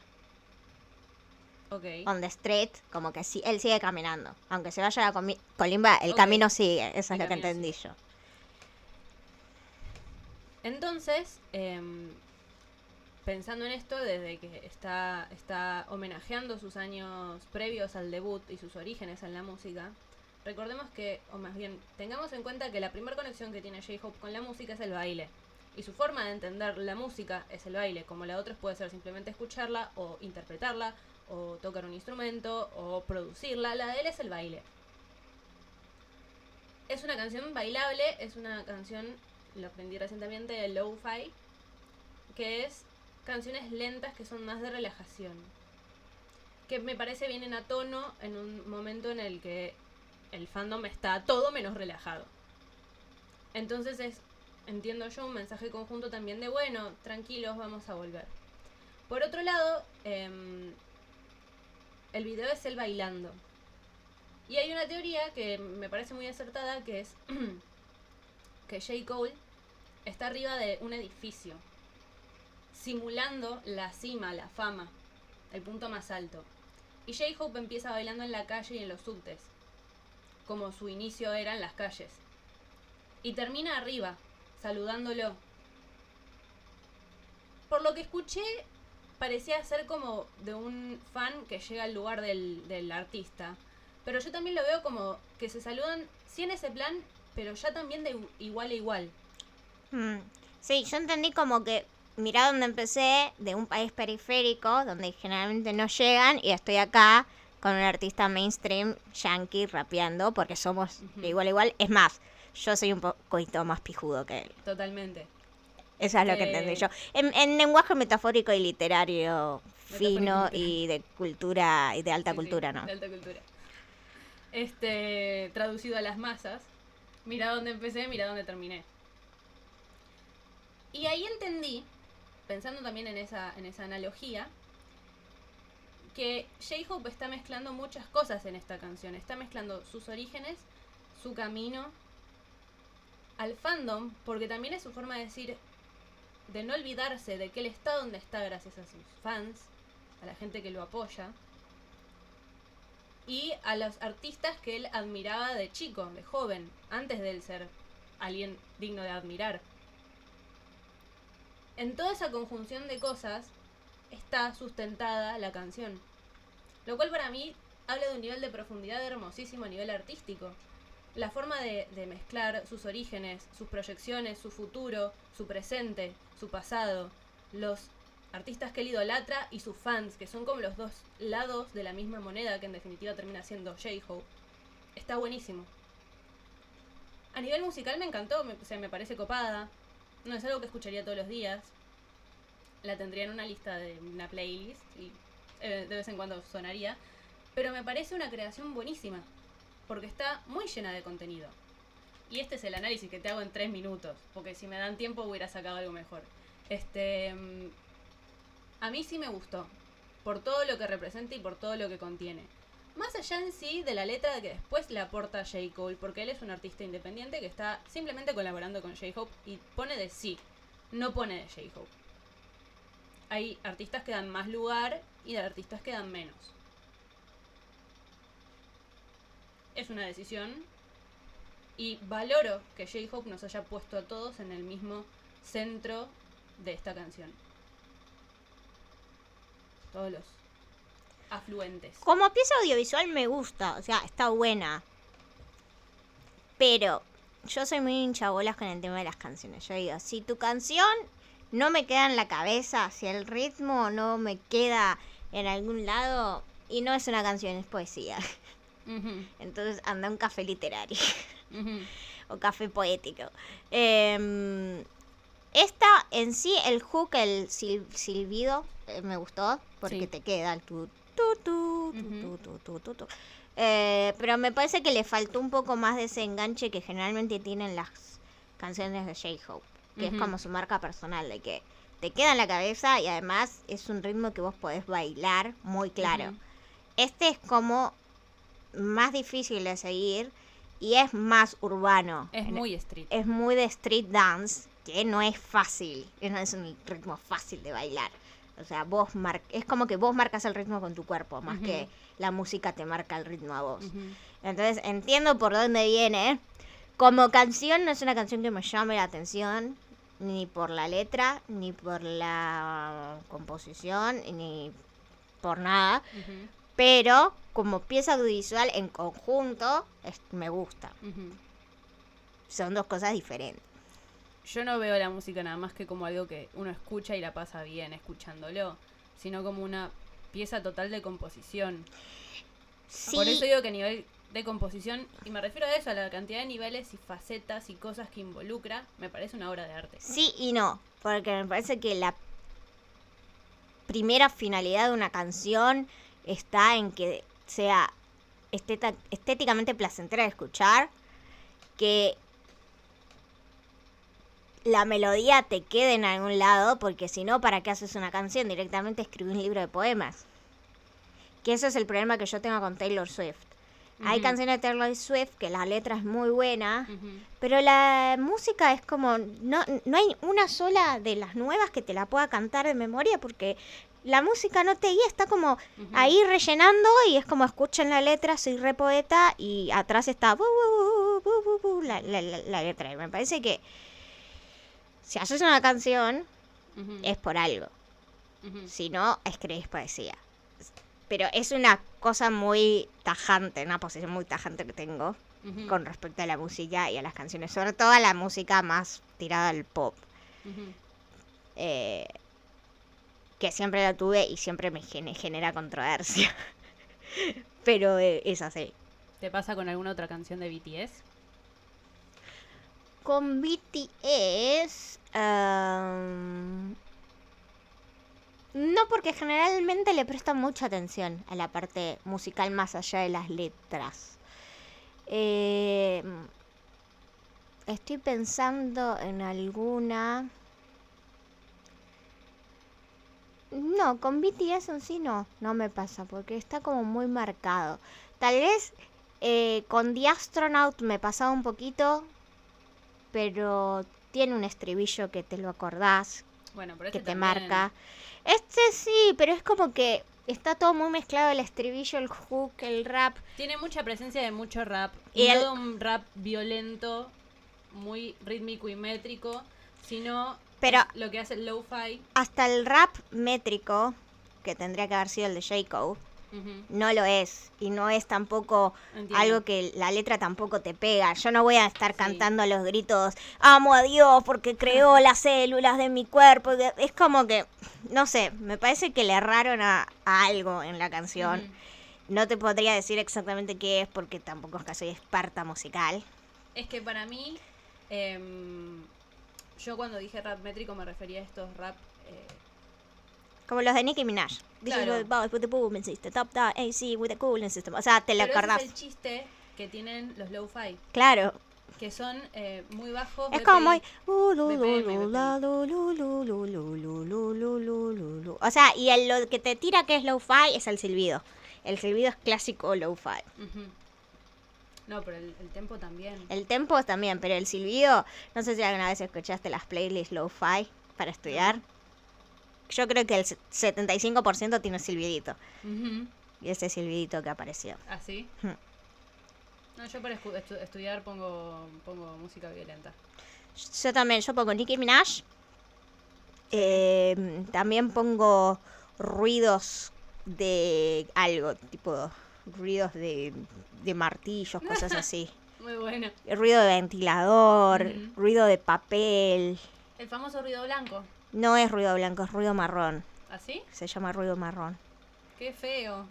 Ok.
on the street, como que sí, él sigue caminando. Aunque se vaya a la comi- colimba, el
Ok.
camino sigue. Eso
El
es lo que
camino
entendí yo.
Entonces, em, pensando en esto, desde que está, está homenajeando sus años previos al debut y sus orígenes en la música, recordemos que, o más bien, tengamos en cuenta que la primera conexión que tiene J-Hope con la música es el baile. Y su forma de entender la música es el baile, como la otra puede ser simplemente escucharla o interpretarla o tocar un instrumento o producirla, la de él es el baile. Es una canción bailable, es una canción, lo aprendí recientemente, de lo-fi, que es canciones lentas que son más de relajación. Que me parece vienen a tono en un momento en el que el fandom está todo menos relajado. Entonces es, entiendo yo, un mensaje conjunto también de, bueno, tranquilos, vamos a volver. Por otro lado, em, el video es él bailando. Y hay una teoría que me parece muy acertada, que es (clears throat) que J. Cole está arriba de un edificio, simulando la cima, la fama, el punto más alto. Y J. Hope empieza bailando en la calle y en los subtes, como su inicio era en las calles. Y termina arriba, saludándolo. Por lo que escuché, parecía ser como de un fan que llega al lugar del, del artista. Pero yo también lo veo como que se saludan, sí en ese plan, pero ya también de igual a igual.
Mm. Sí, yo entendí como que mirá donde empecé, de un país periférico, donde generalmente no llegan, y estoy acá con un artista mainstream yankee rapeando, porque somos
Ujú.
de igual a igual. Es más, yo soy un poquito más pijudo que él.
Totalmente.
Eso es lo que
Eh.
entendí yo. En, en lenguaje metafórico y literario fino y de cultura y de alta
Sí, sí,
cultura, ¿no?
de alta cultura. Este, traducido a las masas, mira dónde empecé, mira dónde terminé. Y ahí entendí, pensando también en esa, en esa analogía, que J-Hope está mezclando muchas cosas en esta canción. Está mezclando sus orígenes, su camino al fandom, porque también es su forma de decir, de no olvidarse de que él está donde está gracias a sus fans, a la gente que lo apoya y a los artistas que él admiraba de chico, de joven, antes de él ser alguien digno de admirar. En toda esa conjunción de cosas está sustentada la canción, lo cual para mí habla de un nivel de profundidad hermosísimo a nivel artístico. La forma de, de mezclar sus orígenes, sus proyecciones, su futuro, su presente, su pasado, los artistas que él idolatra y sus fans, que son como los dos lados de la misma moneda que en definitiva termina siendo J-Hope, está buenísimo. A nivel musical me encantó, me, o sea, me parece copada. No es algo que escucharía todos los días. La tendría en una lista de una playlist y eh, de vez en cuando sonaría. Pero me parece una creación buenísima, porque está muy llena de contenido. Y este es el análisis que te hago en tres minutos, porque si me dan tiempo hubiera sacado algo mejor. Este, mm, a mí sí me gustó, por todo lo que representa y por todo lo que contiene. Más allá en sí de la letra que después le aporta J. Cole, porque él es un artista independiente que está simplemente colaborando con J-Hope y pone de sí, no pone de J-Hope. Hay artistas que dan más lugar y de artistas que dan menos. Es una decisión y valoro que J-Hope nos haya puesto a todos en el mismo centro de esta canción todos los afluentes.
Como pieza audiovisual me gusta, o sea, está buena. Pero yo soy muy hinchabolas con el tema de las canciones. Yo digo, si tu canción no me queda en la cabeza, si el ritmo no me queda en algún lado, y no es una canción, es poesía. (laughs) Entonces anda un café literario o café poético. Em, esta en sí, el hook, el sil- silbido, eh, me gustó porque
Sí.
te queda el tu, tu, tu, tu, tu,
Ujú.
tu, tu, tu, tu. Eh, pero me parece que le faltó un poco más de ese enganche que generalmente tienen las canciones de J-Hope, que es
Ujú.
como su marca personal, de que te queda en la cabeza y además es un ritmo que vos podés bailar muy claro. Este es como más difícil de seguir y es más urbano.
Es
En-
muy street.
es muy de street dance, que no es fácil, que no es un ritmo fácil de bailar. O sea, vos mar es como que vos marcas el ritmo con tu cuerpo, más
Ujú.
que la música te marca el ritmo a vos. Entonces entiendo por dónde viene. Como canción no es una canción que me llame la atención, ni por la letra, ni por la composición, ni por nada. Pero como pieza audiovisual en conjunto, es- me gusta. Son dos cosas diferentes.
Yo no veo la música nada más que como algo que uno escucha y la pasa bien escuchándolo, sino como una pieza total de composición.
Sí,
Por eso digo que a nivel de composición, y me refiero a eso, a la cantidad de niveles y facetas y cosas que involucra, me parece una obra de arte.
sí y no. Porque me parece que la primera finalidad de una canción está en que sea esteta- estéticamente placentera de escuchar, que la melodía te quede en algún lado, porque si no, ¿para qué haces una canción? Directamente escribí un libro de poemas. Que eso es el problema que yo tengo con Taylor Swift. Hay
Ujú.
canciones de Taylor Swift que la letra es muy buena,
Ujú.
Pero la música es como, no, no hay una sola de las nuevas que te la pueda cantar de memoria porque la música no te guía, está como
Ujú.
ahí rellenando y es como escuchen la letra, soy re poeta y atrás está bu, bu, bu, bu, bu, bu, la, la- la- la letra. Y me parece que si haces una canción
Ujú.
es por algo,
Ujú.
si no escribís poesía. Pero es una cosa muy tajante, una posición muy tajante que tengo
Ujú.
con respecto a la música y a las canciones, sobre todo a la música más tirada al pop.
Ujú.
eh, que siempre la tuve y siempre me gene- genera controversia. (laughs) Pero eh, es así.
¿Te pasa con alguna otra canción de BTS?
Con BTS. am, no, porque generalmente le prestan mucha atención a la parte musical más allá de las letras. Eh, estoy pensando en alguna. No, con BTS en sí no, no me pasa, porque está como muy marcado. Tal vez eh, con The Astronaut me pasaba un poquito, pero tiene un estribillo que te lo acordás,
Bueno, pero este
que te
también-
marca. Este sí, pero es como que está todo muy mezclado, el estribillo, el hook, el rap.
Tiene mucha presencia de mucho rap.
Y
no
el-
de un rap violento, muy rítmico y métrico, sino
Pero
lo que hace el lo-fi.
hasta el rap métrico, que tendría que haber sido el de Jacob,
Ujú,
no lo es. Y no es tampoco
entiendo.
algo que la letra tampoco te pega. Yo no voy a estar
Sí.
cantando los gritos, amo a Dios porque creó
(laughs)
las células de mi cuerpo. Es como que, no sé, me parece que le erraron a, a algo en la canción.
Ujú.
No te podría decir exactamente qué es porque tampoco es que soy experta musical.
Es que para mí, em, yo cuando dije rap métrico me refería a estos rap. eh,
Como los de Nicki Minaj. This is
Claro.
what about with the movement system, top down, AC with the cooling system. O sea, te lo
pero ese
acordás.
es el chiste que tienen los lo-fi,
Claro.
que son eh, muy bajos.
Es
BPI.
como muy... uh, lu, lu,
BPM,
lu, la, lu, lu, lu, lu, lu, lu, lu, lu, lu, lu, lu. O sea, y el- lo que te tira que es low-fi es el silbido. El silbido es clásico low-fi.
Ujú. No, pero el, el tempo también.
El tempo también, pero el silbido, no sé si alguna vez escuchaste las playlists low-fi para estudiar. Yo creo que el se- 75% tiene un silbidito.
Ujú.
Y ese silbidito que apareció.
¿Así?
Hmm.
¿Ah, No, yo para escu- estu- estudiar pongo, pongo música violenta.
Yo también, yo pongo Nicki Minaj. Eh, también pongo ruidos de algo, tipo ruidos de, de martillos, cosas así.
Muy bueno.
ruido de ventilador,
Ujú.
ruido de papel.
El famoso ruido blanco.
No es ruido blanco, es ruido marrón.
¿Así?
Se llama ruido marrón. (laughs)
Qué feo.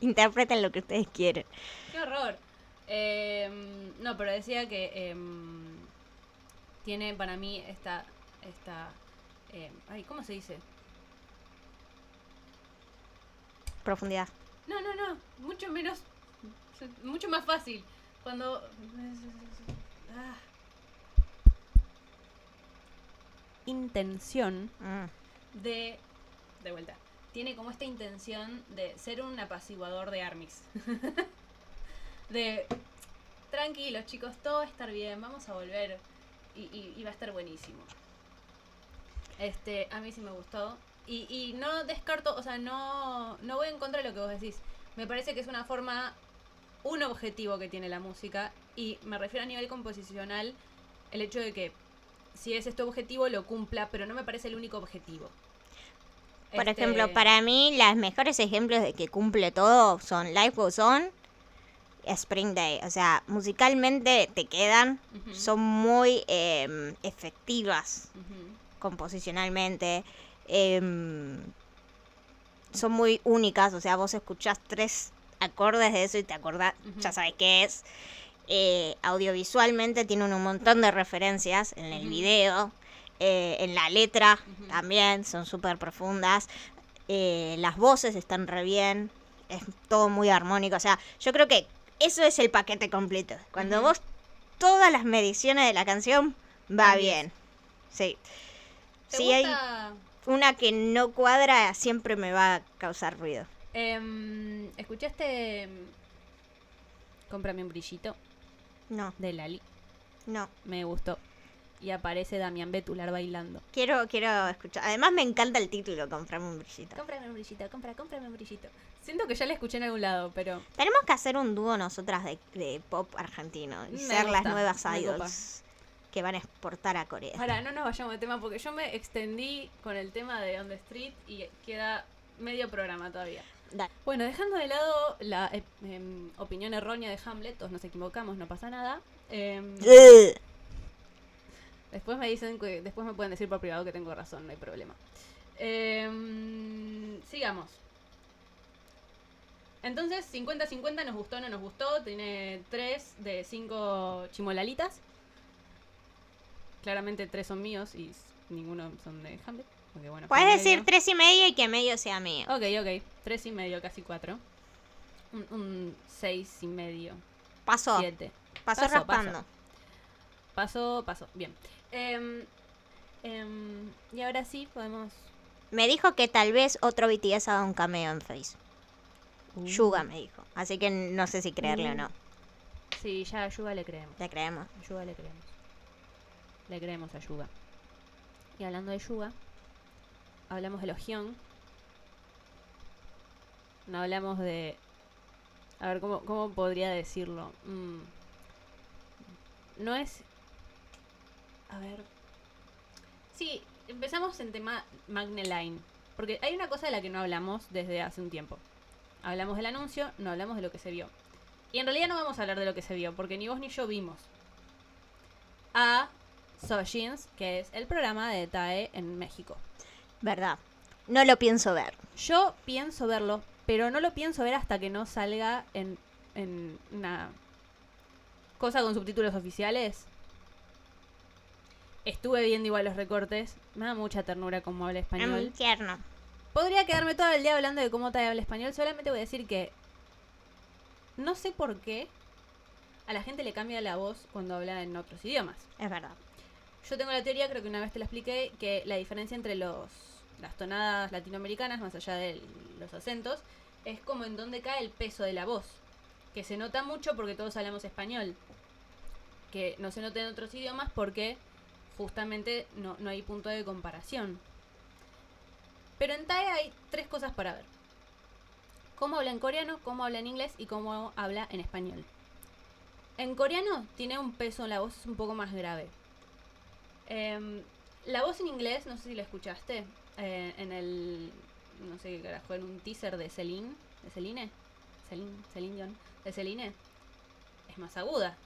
Interpreten lo que ustedes quieren.
Qué horror. Em, no, pero decía que em, tiene para mí esta... esta em, ay, ¿cómo se dice?
Profundidad.
No, no, no. Mucho menos... Mucho más fácil. Cuando... Ah. Intención.
Mm.
de. De vuelta. Tiene como esta intención de ser un apaciguador de armies. de. Tranquilos, chicos, todo va a estar bien, vamos a volver. Y, y- y va a estar buenísimo. Este, a mí sí me gustó. Y, y no descarto, o sea, no, no voy en contra de lo que vos decís. Me parece que es una forma, un objetivo que tiene la música. Y me refiero a nivel composicional, el hecho de que si es este objetivo lo cumpla, pero no me parece el único objetivo.
Por
Este,
ejemplo, para mí, los mejores ejemplos de que cumple todo son Life Goes On y Spring Day. O sea, musicalmente te quedan,
Ujú.
son muy em, efectivas
Ujú.
composicionalmente. em, son muy únicas, o sea, vos escuchás tres acordes de eso y te acordás,
Ujú.
ya sabes qué es. Eh, audiovisualmente tienen un montón de referencias en el
Ujú.
video, eh, en la letra
Ujú.
también, son súper profundas. eh, las voces están re bien, es todo muy armónico, o sea, yo creo que eso es el paquete completo. Cuando
Ujú.
vos todas las mediciones de la canción va
Van
bien.
bien.
Sí.
¿Te
Si hay
gusta?
una que no cuadra, siempre me va a causar ruido.
em, ¿Escuchaste em, Cómprame un brillito
No,
de Lali?
no.
Me gustó. Y aparece Damián Betular bailando.
Quiero, quiero escuchar. Además me encanta el título, comprame un brillito.
Cómprame un brillito, compra, cómprame un brillito. Siento que ya la escuché en algún lado, (laughs) pero
Tenemos que hacer un dúo nosotras de, de pop argentino y
Me
ser las
gusta,
nuevas
me
idols que van a exportar a Corea.
para, no nos vayamos de tema porque yo me extendí con el tema de On the Street y queda medio programa todavía.
Dale.
Bueno, dejando de lado la eh, em, opinión (laughs) errónea de Hamlet, todos nos equivocamos, no pasa nada. em, Después me dicen que después me pueden decir por privado que tengo razón, no hay problema. Em, sigamos. Entonces, 50-50 nos gustó, no nos gustó. Tiene 3 de 5 chimolalitas. Claramente 3 son míos y s- ninguno son de Hamlet. aunque bueno, fue
Puedes
medio. Oh,
decir tres y media y que medio sea mío.
Ok, ok. 3 y medio, casi 4. Un 6 y medio.
Pasó,
7.
pasó
Paso,
raspando.
Paso, paso. Bien. Em, em, y ahora sí podemos.
Me dijo que tal vez otro BTS haga un cameo en Face. Yuga me dijo. Así que no sé si creerle o
Mm.
no.
Sí, ya a Yuga le creemos.
Te creemos.
A Yuga le creemos. Le creemos a Yuga. Y hablando de Yuga, hablamos de los Hyun. No hablamos de. A ver, ¿cómo, cómo podría decirlo? Mm. No es. A ver. Sí, empezamos en tema Magneline. Porque hay una cosa de la que no hablamos desde hace un tiempo. Hablamos del anuncio, no hablamos de lo que se vio. Y en realidad no vamos a hablar de lo que se vio, porque ni vos ni yo vimos. A Sojins, que es el programa de TAE en México.
¿Verdad? No lo pienso ver.
Yo pienso verlo, pero no lo pienso ver hasta que no salga en, en una cosa con subtítulos oficiales. Estuve viendo igual los recortes. Me da mucha ternura como habla español.
Mm, tierno.
Podría quedarme todo el día hablando de cómo te habla español, solamente voy a decir que no sé por qué a la gente le cambia la voz cuando habla en otros idiomas.
Es verdad.
Yo tengo la teoría, creo que una vez te la expliqué, que la diferencia entre los, las tonadas latinoamericanas, más allá de los acentos, es como en dónde cae el peso de la voz, que se nota mucho porque todos hablamos español, que no se nota en otros idiomas porque justamente no, no hay punto de comparación. Pero en TAE hay tres cosas para ver. Cómo habla en coreano, cómo habla en inglés y cómo habla en español. En coreano tiene un peso en la voz un poco más grave. Em, la voz en inglés, no sé si la escuchaste, eh, en el. No sé qué carajo, en un teaser de Celine. ¿De Celine? Celine, Celine Dion. De Celine. Es más aguda.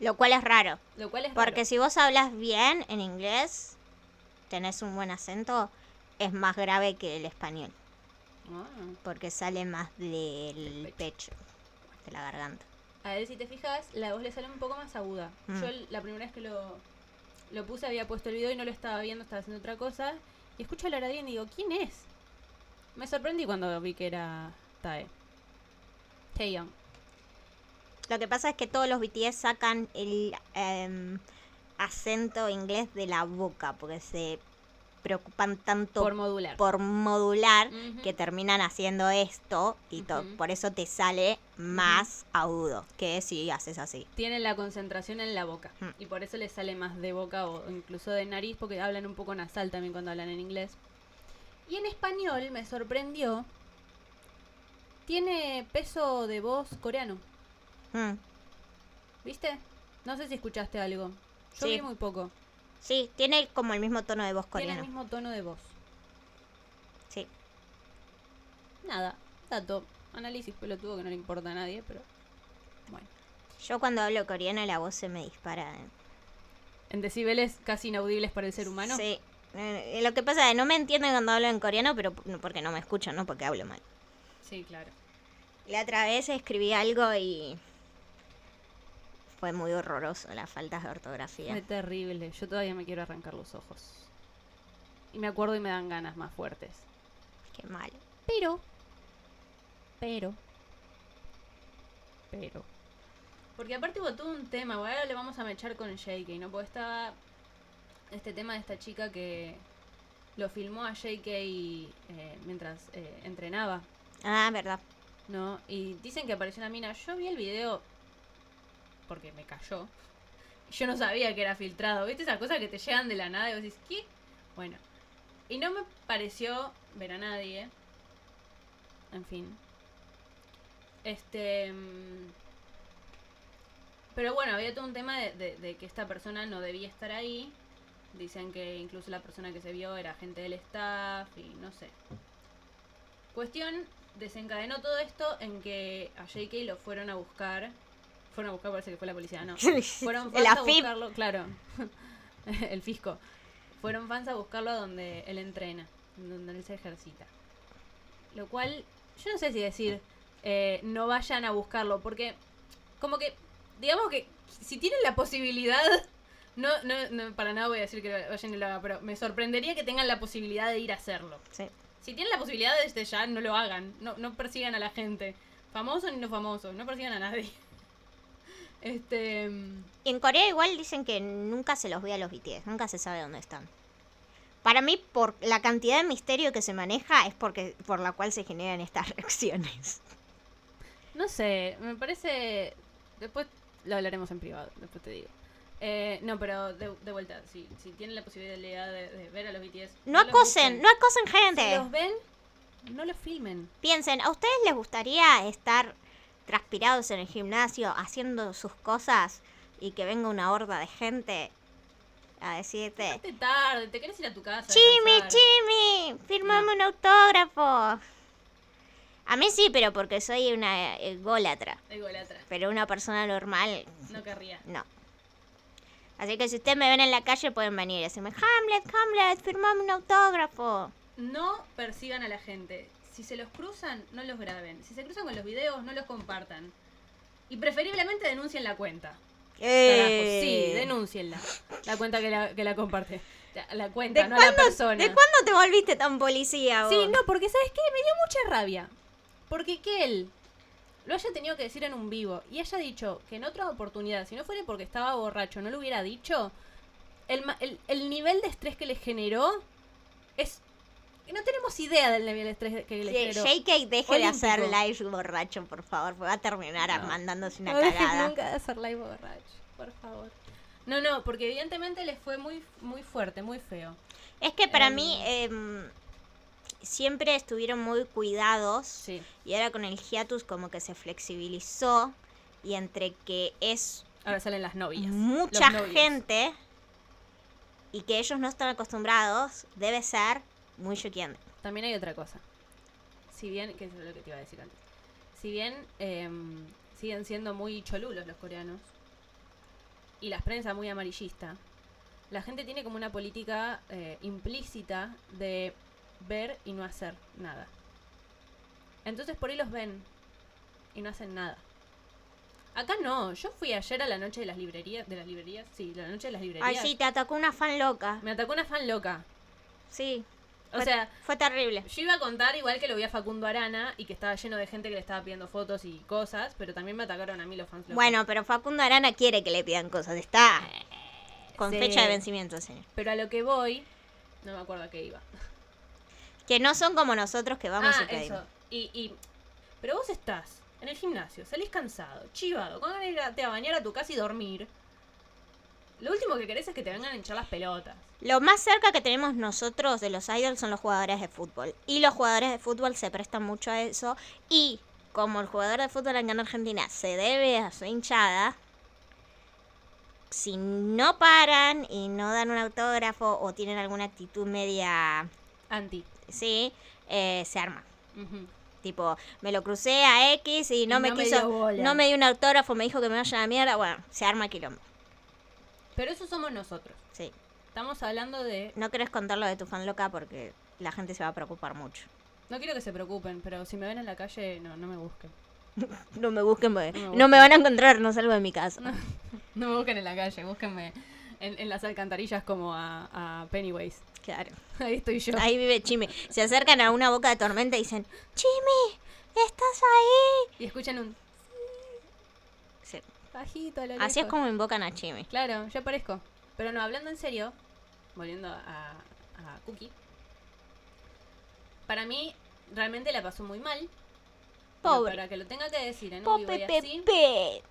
Lo cual es raro.
Lo cual es.
Porque
raro.
si vos hablas bien en inglés, tenés un buen acento, es más grave que el español.
Ah.
Porque sale más del
Del
pecho, de la garganta.
A él, si te fijas, la voz le sale un poco más aguda.
Mm.
Yo el- la primera vez que lo, lo puse había puesto el video y no lo estaba viendo, estaba haciendo otra cosa. Y escucho hablar a alguien y digo, ¿quién es? Me sorprendí cuando vi que era Tae. Taeyong.
Lo que pasa es que todos los BTS sacan el em, acento inglés de la boca, porque se preocupan tanto
Por
por,
modular.
modular
Ujú.
que terminan haciendo esto y to-
Ujú.
por eso te sale más agudo que si haces así.
Tienen la concentración en la boca.
Mm.
Y por eso les sale más de boca o incluso de nariz, porque hablan un poco nasal también cuando hablan en inglés. Y en español me sorprendió. Tiene peso de voz coreano.
Mm.
¿Viste? No sé si escuchaste algo. Yo
Sí.
vi muy poco.
Sí, tiene como el mismo tono de voz
Tiene el
coreano.
mismo tono de voz.
Sí.
Nada, dato. Análisis pelotudo que no le importa a nadie, pero. Bueno.
Yo cuando hablo coreano la voz se me dispara.
En decibeles casi inaudibles para el ser humano.
Sí. Eh, Lo que pasa es que no me entienden cuando hablo en coreano, pero p- porque no me escuchan, no porque hablo mal.
Sí, claro.
La otra vez escribí algo y fue muy horroroso las faltas de ortografía.
Fue terrible. Yo todavía me quiero arrancar los ojos. Y me acuerdo y me dan ganas más fuertes.
Qué mal.
Pero. Pero. Pero. Porque aparte hubo todo un tema, bueno, ahora le vamos a mechar con JK, ¿no? Porque estaba este tema de esta chica que lo filmó a JK eh, mientras eh, entrenaba,
Ah, verdad. (laughs)
¿no? Y dicen que apareció una mina. Yo vi el video porque me cayó. Yo no sabía que era filtrado. ¿Viste esas cosas que te llegan de la nada y vos decís, ¿qué? Bueno. Y no me pareció ver a nadie. En fin. Este. mm, Pero bueno, había todo un tema de, de- de que esta persona no debía estar ahí. Dicen que incluso la persona que se vio era gente del staff y no sé. Cuestión, desencadenó todo esto en que a JK lo fueron
(laughs)
a buscar. Fueron a buscar, parece que fue la policía, no. Fueron fans
La
a
FIP.
buscarlo, claro. (laughs) el fisco, fueron fans a buscarlo a donde él entrena, donde él se ejercita. Lo cual, yo no sé si decir, eh, no vayan a buscarlo, porque como que, digamos que si tienen la posibilidad, (laughs) no, no, no, para nada voy a decir que vayan y lo hagan, pero me sorprendería que tengan la posibilidad de ir a hacerlo.
Sí.
Si tienen la posibilidad desde ya, no lo hagan. No, no persigan a la gente. Famoso ni no famoso, no persigan a nadie. (laughs) Este. mm,
Y en Corea igual dicen que nunca se los ve a los BTS, nunca se sabe dónde están. Para mí, por la cantidad de misterio que se maneja es porque por la cual se generan estas (laughs) reacciones.
No sé, me parece. Después lo hablaremos en privado, después te digo. Eh, no, pero de, de vuelta, si, si tienen la posibilidad de, de ver a los BTS.
No
los
acosen,
busquen.
no acosen gente.
Si los ven, no los filmen.
Piensen, ¿a ustedes les gustaría estar transpirados en el gimnasio haciendo sus cosas y que venga una horda de gente a decirte,
Te tarde, te querés ir a tu casa. a
Eh. Chimi,
descansar.
Chimi, firmame un autógrafo. A mí sí, pero porque soy una eh, ególatra.
Da Igual atrás,
Pero una persona normal,
no querría.
no. Así que si ustedes me ven en la calle pueden venir y decirme, Hamlet, Hamlet, firmame un autógrafo.
No persigan a la gente. Si se los cruzan, no los graben. Si se cruzan con los videos, no los compartan. Y preferiblemente denuncien la cuenta.
Eh,
Carajo, sí, denúncienla. La cuenta que la, que la comparte. La, la cuenta,
¿De
no la
cuándo-
persona.
¿De cuándo te volviste tan policía?
Sí,
vos?
no, porque ¿sabes qué? Me dio mucha rabia. Porque que él lo haya tenido que decir en un vivo y haya dicho que en otra oportunidad, si no fuera porque estaba borracho, no lo hubiera dicho, el, ma- el- el nivel de estrés que le generó es... que No tenemos idea del nivel de estrés que le
Sí,
generó.
JK, deje de
Olímpico.
hacer live borracho, por favor, porque va a terminar
No.
mandándose una
(laughs) no dejes
cagada.
nunca de hacer live borracho, por favor. No, no, porque evidentemente les fue muy, muy fuerte, muy feo.
Es que para
Em.
mí em, siempre estuvieron muy cuidados
Sí.
y ahora con el hiatus como que se flexibilizó y entre que es
Ahora salen las novias. los
mucha
novios.
gente y que ellos no están acostumbrados, debe ser muy choqueante.
También hay otra cosa. Si bien, que es lo que te iba a decir antes. Si bien em, siguen siendo muy cholulos los coreanos y las prensa muy amarillista, la gente tiene como una política eh, implícita de ver y no hacer nada. Entonces por ahí los ven y no hacen nada. Acá no, yo fui ayer a la noche de las librerías, de las librerías, sí, la noche de las
Ay,
librerías.
sí, te atacó una fan loca.
Me atacó una fan loca.
Sí,
O sea,
fue terrible.
yo iba a contar igual que lo vi a Facundo Arana y que estaba lleno de gente que le estaba pidiendo fotos y cosas, pero también me atacaron a mí los fans. locos.
Bueno, pero Facundo Arana quiere que le pidan cosas. Está con
Eh, Sí.
fecha de vencimiento, señor.
Pero a lo que voy, no me acuerdo a qué iba.
Que no son como nosotros que vamos
ah,
y pedimos.
eso. Y, y- Pero vos estás en el gimnasio, salís cansado, chivado, con ganas de irte a bañar a tu casa y dormir. Lo último que querés es que te vengan a hinchar las pelotas.
Lo más cerca que tenemos nosotros de los idols son los jugadores de fútbol. Y los jugadores de fútbol se prestan mucho a eso. Y como el jugador de fútbol acá en Argentina se debe a su hinchada, si no paran y no dan un autógrafo o tienen alguna actitud media,
Anti.
sí, eh, se arma.
Ujú.
Tipo, me lo crucé a X y no,
Y
me
no me dio
quiso,
bola.
no me dio un autógrafo, me dijo que me vaya a la mierda. Bueno, se arma quilombo.
Pero eso somos nosotros.
Sí.
Estamos hablando de.
No querés contar lo de tu fan loca porque la gente se va a preocupar mucho.
No quiero que se preocupen, pero si me ven en la calle, no, no me busquen.
No me busquen, porque
No
no
me
me,
busquen.
van a encontrar, no salgo de mi casa.
No me busquen en la calle, búsquenme en, en las alcantarillas como a, a Pennywise. (laughs)
Claro.
Ahí estoy yo.
Ahí vive Chime. Se acercan a una boca de tormenta y dicen, Chime, ¿estás ahí?
Y escuchan un
Sí.
bajito a lo
Así es
lejos.
como invocan a Chime.
Claro, yo aparezco. Pero no, hablando en serio, volviendo a, a Cookie. Para mí, realmente la pasó muy mal. Pero
Pobre.
Para que lo tenga que decir en un vivo y
Pope
así,
Pepe.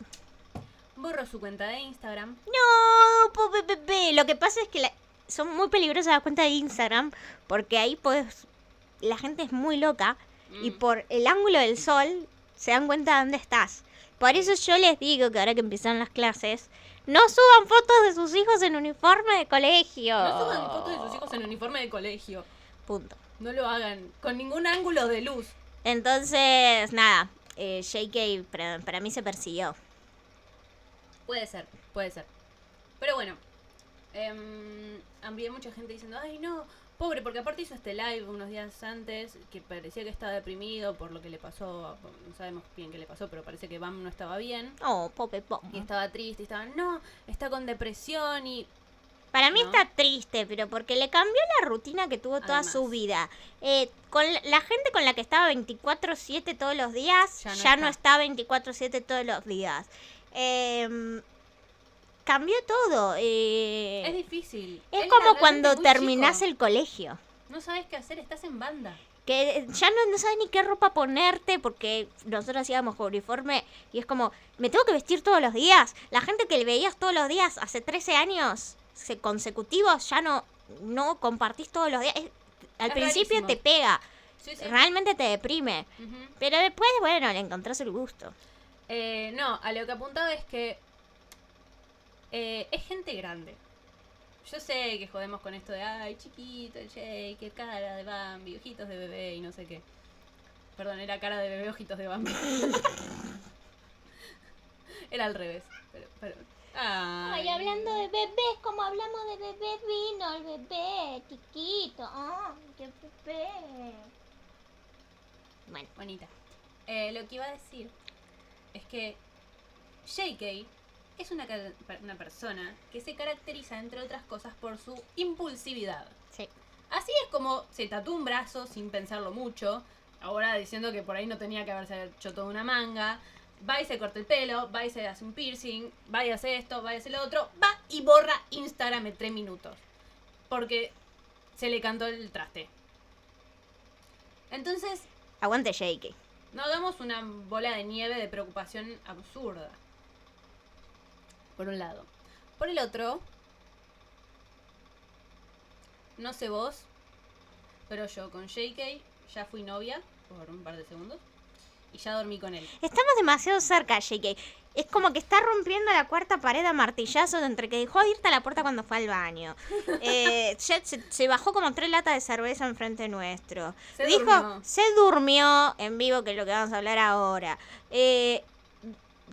borró su cuenta de Instagram.
No, Pope Pepe. Lo que pasa es que la- son muy peligrosas las cuentas de Instagram porque ahí podés... La gente es muy loca y
Mm.
por el ángulo del sol se dan cuenta de dónde estás. Por eso yo les digo que ahora que empiezan las clases, no suban fotos de sus hijos en uniforme de colegio.
No suban fotos de sus hijos en uniforme de colegio.
Punto.
No lo hagan con ningún ángulo de luz.
Entonces, nada, eh, JK para, para mí se persiguió.
Puede ser, puede ser. Pero bueno, Em, había mucha gente diciendo, ay no, pobre, porque aparte hizo este live unos días antes que parecía que estaba deprimido por lo que le pasó, no sabemos bien qué le pasó, pero parece que Bam no estaba bien.
Oh, Pope Pom.
Y estaba triste, y estaba, no, está con depresión y
Para mí
¿no?
está triste, pero porque le cambió la rutina que tuvo toda
Además.
su vida. Eh, con la- la gente con la que estaba 24/7 todos los días,
Ya
ya
no
no,
está.
está 24/7 todos los días. Em, cambió todo. eh,
es difícil.
es
Él
como
era
cuando
realmente muy
terminás
chico.
el colegio.
No sabes qué hacer, estás en banda.
que ya no, no sabes ni qué ropa ponerte porque nosotros íbamos con uniforme y es como, me tengo que vestir todos los días. La gente que le veías todos los días hace 13 años se- consecutivos ya no, no compartís todos los días. Es- al
Es
principio
rarísimo.
te pega,
Sí, sí.
realmente te deprime,
Ujú.
pero después, bueno, le encontrás el gusto.
Eh, no, a lo que apuntaba es que eh, es gente grande. Yo sé que jodemos con esto de, ay, chiquito, el Jake, cara de Bambi, ojitos de bebé y no sé qué. Perdón, era cara de bebé, ojitos de Bambi. era al revés. Pero, pero- ay.
de bebés, como hablamos de bebés, vino el bebé chiquito. Ah, qué bebé.
Bueno,
Bonita. Eh, lo que iba a decir es que JK es una, car- una persona que se caracteriza, entre otras cosas, por su impulsividad.
sí.
Así es como se tatúa un brazo sin pensarlo mucho, ahora diciendo que por ahí no tenía que haberse hecho toda una manga. Va y se corta el pelo, va y se hace un piercing, va y hace esto, va y hace lo otro, va y borra Instagram en tres minutos. Porque se le cantó el traste. Entonces,
Aguante, Jake.
no hagamos una bola de nieve de preocupación absurda. Por un lado. Por el otro, no sé vos, pero yo con JK ya fui novia por un par de segundos y ya dormí con él.
Estamos demasiado cerca, Jake. Es como que está rompiendo la cuarta pared a martillazos entre que dejó abierta la puerta cuando fue al
(laughs)
baño. Eh, Jet se, se bajó como tres latas de cerveza enfrente nuestro.
Se
Dijo,
durmió.
se durmió en vivo, que es lo que vamos a hablar ahora. Eh,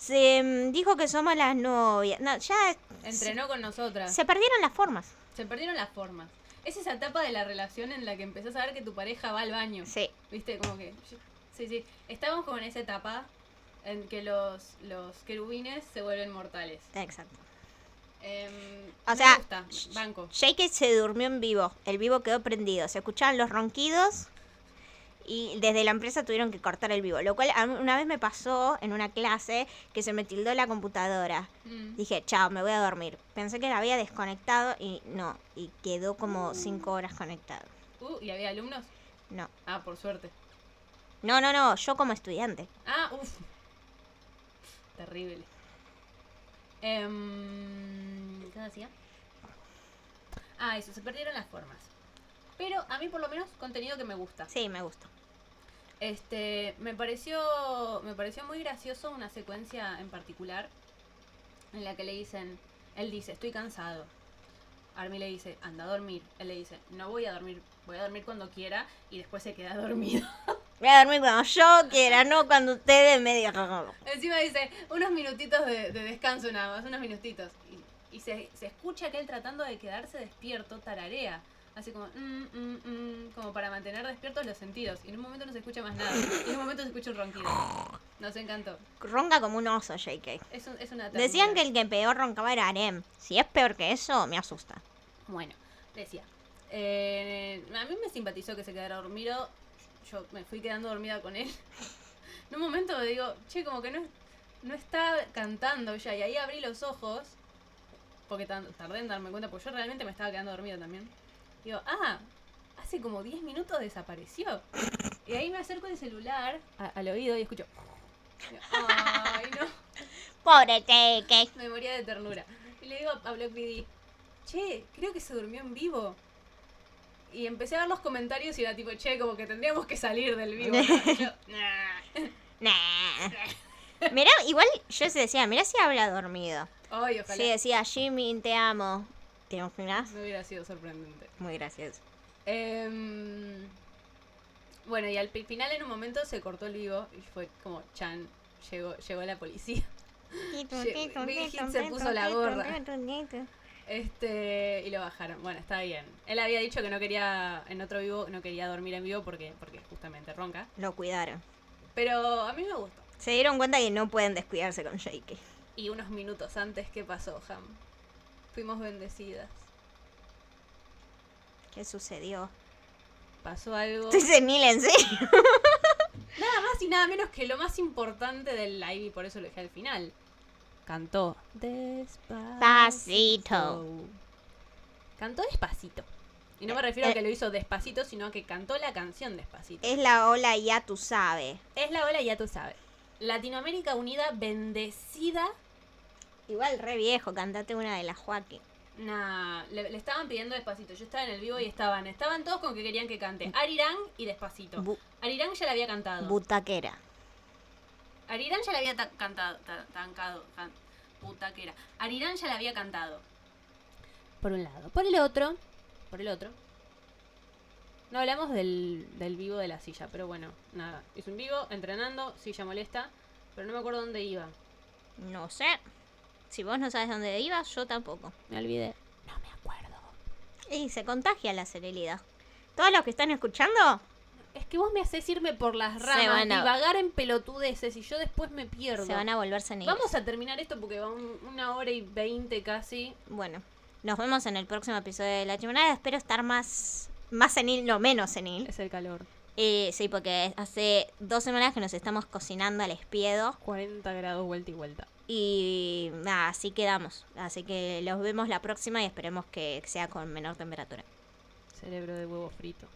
se mm, dijo que somos las novias. No, ya
Entrenó con nosotras.
se perdieron las formas.
Se perdieron las formas. Es esa etapa de la relación en la que empezás a ver que tu pareja va al baño.
Sí.
¿Viste? Como que. Sí, sí. Estábamos como en esa etapa en que los, los querubines se vuelven mortales.
Exacto.
Em,
O
me
sea,
gusta. Banco.
Jake se durmió en vivo, el vivo quedó prendido, se escuchaban los ronquidos y desde la empresa tuvieron que cortar el vivo, lo cual a mí una vez me pasó en una clase que se me tildó la computadora.
Mm.
Dije, chao, me voy a dormir. Pensé que la había desconectado y no, y quedó como cinco horas conectado.
Uh, ¿y había alumnos?
No,
Ah, por suerte.
no, no, no, yo como estudiante.
Ah, uff. Terrible. Em, ¿Qué decía? Ah, eso, se perdieron las formas. Pero a mí por lo menos contenido que me gusta.
Sí, me gustó.
Este, me pareció, me pareció muy gracioso una secuencia en particular en la que le dicen, él dice, estoy cansado. Army le dice, anda a dormir. Él le dice, no voy a dormir, voy a dormir cuando quiera y después se queda (laughs) dormido.
Voy a dormir cuando yo quiera, no cuando ustedes me digan.
Encima dice, unos minutitos de, de descanso nada más, unos minutitos. Y, y se, se escucha que él tratando de quedarse despierto tararea. Así como, "Mm, mm, mm", como para mantener despiertos los sentidos. Y en un momento no se escucha más nada. Y en un momento se escucha un ronquido. Nos encantó.
Ronca como un oso, Jake.
Es, un- es una
Decían que
ternura.
el que peor roncaba era Arem. Si es peor que eso, me asusta.
Bueno, decía. eh, a mí me simpatizó que se quedara dormido. Yo me fui quedando dormida con él. (laughs) en un momento digo, che, como que no, no está cantando ya. Y ahí abrí los ojos. Porque tan- tardé en darme cuenta, porque yo realmente me estaba quedando dormida también. Digo, ah, hace como 10 minutos desapareció. Y ahí me acerco el celular a- al oído y escucho. Digo, Ay, no.
Pobre Jake.
Me moría de ternura. Y le digo a Block BD, che, creo que se durmió en vivo. Y empecé a ver los comentarios y era tipo, che, como que tendríamos que salir del vivo. ¿no?". Y yo, "Nah".
Nah. Mirá, igual yo se decía, mirá si habla dormido.
Ay, ojalá.
Sí, decía, Jimmy, te amo. ¿Te imaginas?
No hubiera sido sorprendente.
Muy gracioso.
Em, bueno, y al pi- final en un momento se cortó el vivo y fue como, chan, llegó, llegó la policía. Big Hit se puso la gorra. (laughs) Este, y lo bajaron. Bueno, está bien. Él había dicho que no quería, en otro vivo, no quería dormir en vivo porque, porque justamente ronca.
Lo cuidaron.
Pero a mí me gustó.
Se dieron cuenta que no pueden descuidarse con Jake.
Y unos minutos antes, ¿qué pasó, Ham? Fuimos bendecidas.
¿Qué sucedió?
Pasó algo.
Estoy senil, en serio.
Nada más y nada menos que lo más importante del live, y por eso lo dejé al final. Cantó
Despacito.
Cantó despacito. Y no me
Eh,
refiero a
eh.
que lo hizo despacito, sino a que cantó la canción despacito.
Es la ola ya tú sabes.
Es la ola, ya tú sabes. Latinoamérica Unida, bendecida.
Igual re viejo, cantate una de las Joaquín.
Nah, le, le estaban pidiendo despacito. Yo estaba en el vivo y estaban. Estaban todos con que querían que
Mm.
cante. Arirán y despacito.
Bu-
Arirán ya la había cantado.
butaquera.
Arirán ya la había ta- cantado, ta- tancado, can- puta que era. Arirán ya la había cantado. Por un lado. Por el otro. Por el otro. No hablamos del, del vivo de la silla, pero bueno, nada. Hizo un vivo, entrenando, silla molesta, pero no me acuerdo dónde iba.
No sé. Si vos no sabes dónde ibas, yo tampoco.
Me olvidé. No me acuerdo.
Y se contagia la serenidad. Todos los que están escuchando,
Es que vos me haces irme por las
Se
ramas
van a-
y vagar en pelotudeces y yo después me pierdo.
se van a volver seniles.
Vamos a terminar esto porque va un- una hora y veinte casi.
Bueno, nos vemos en el próximo episodio de La Chimonada. Espero estar más, más senil, no menos senil.
Es el calor.
Eh, sí, porque hace dos semanas que nos estamos cocinando al espiedo.
40 grados vuelta y vuelta.
Y nada, así quedamos. Así que los vemos la próxima y esperemos que sea con menor temperatura.
Cerebro de huevo frito.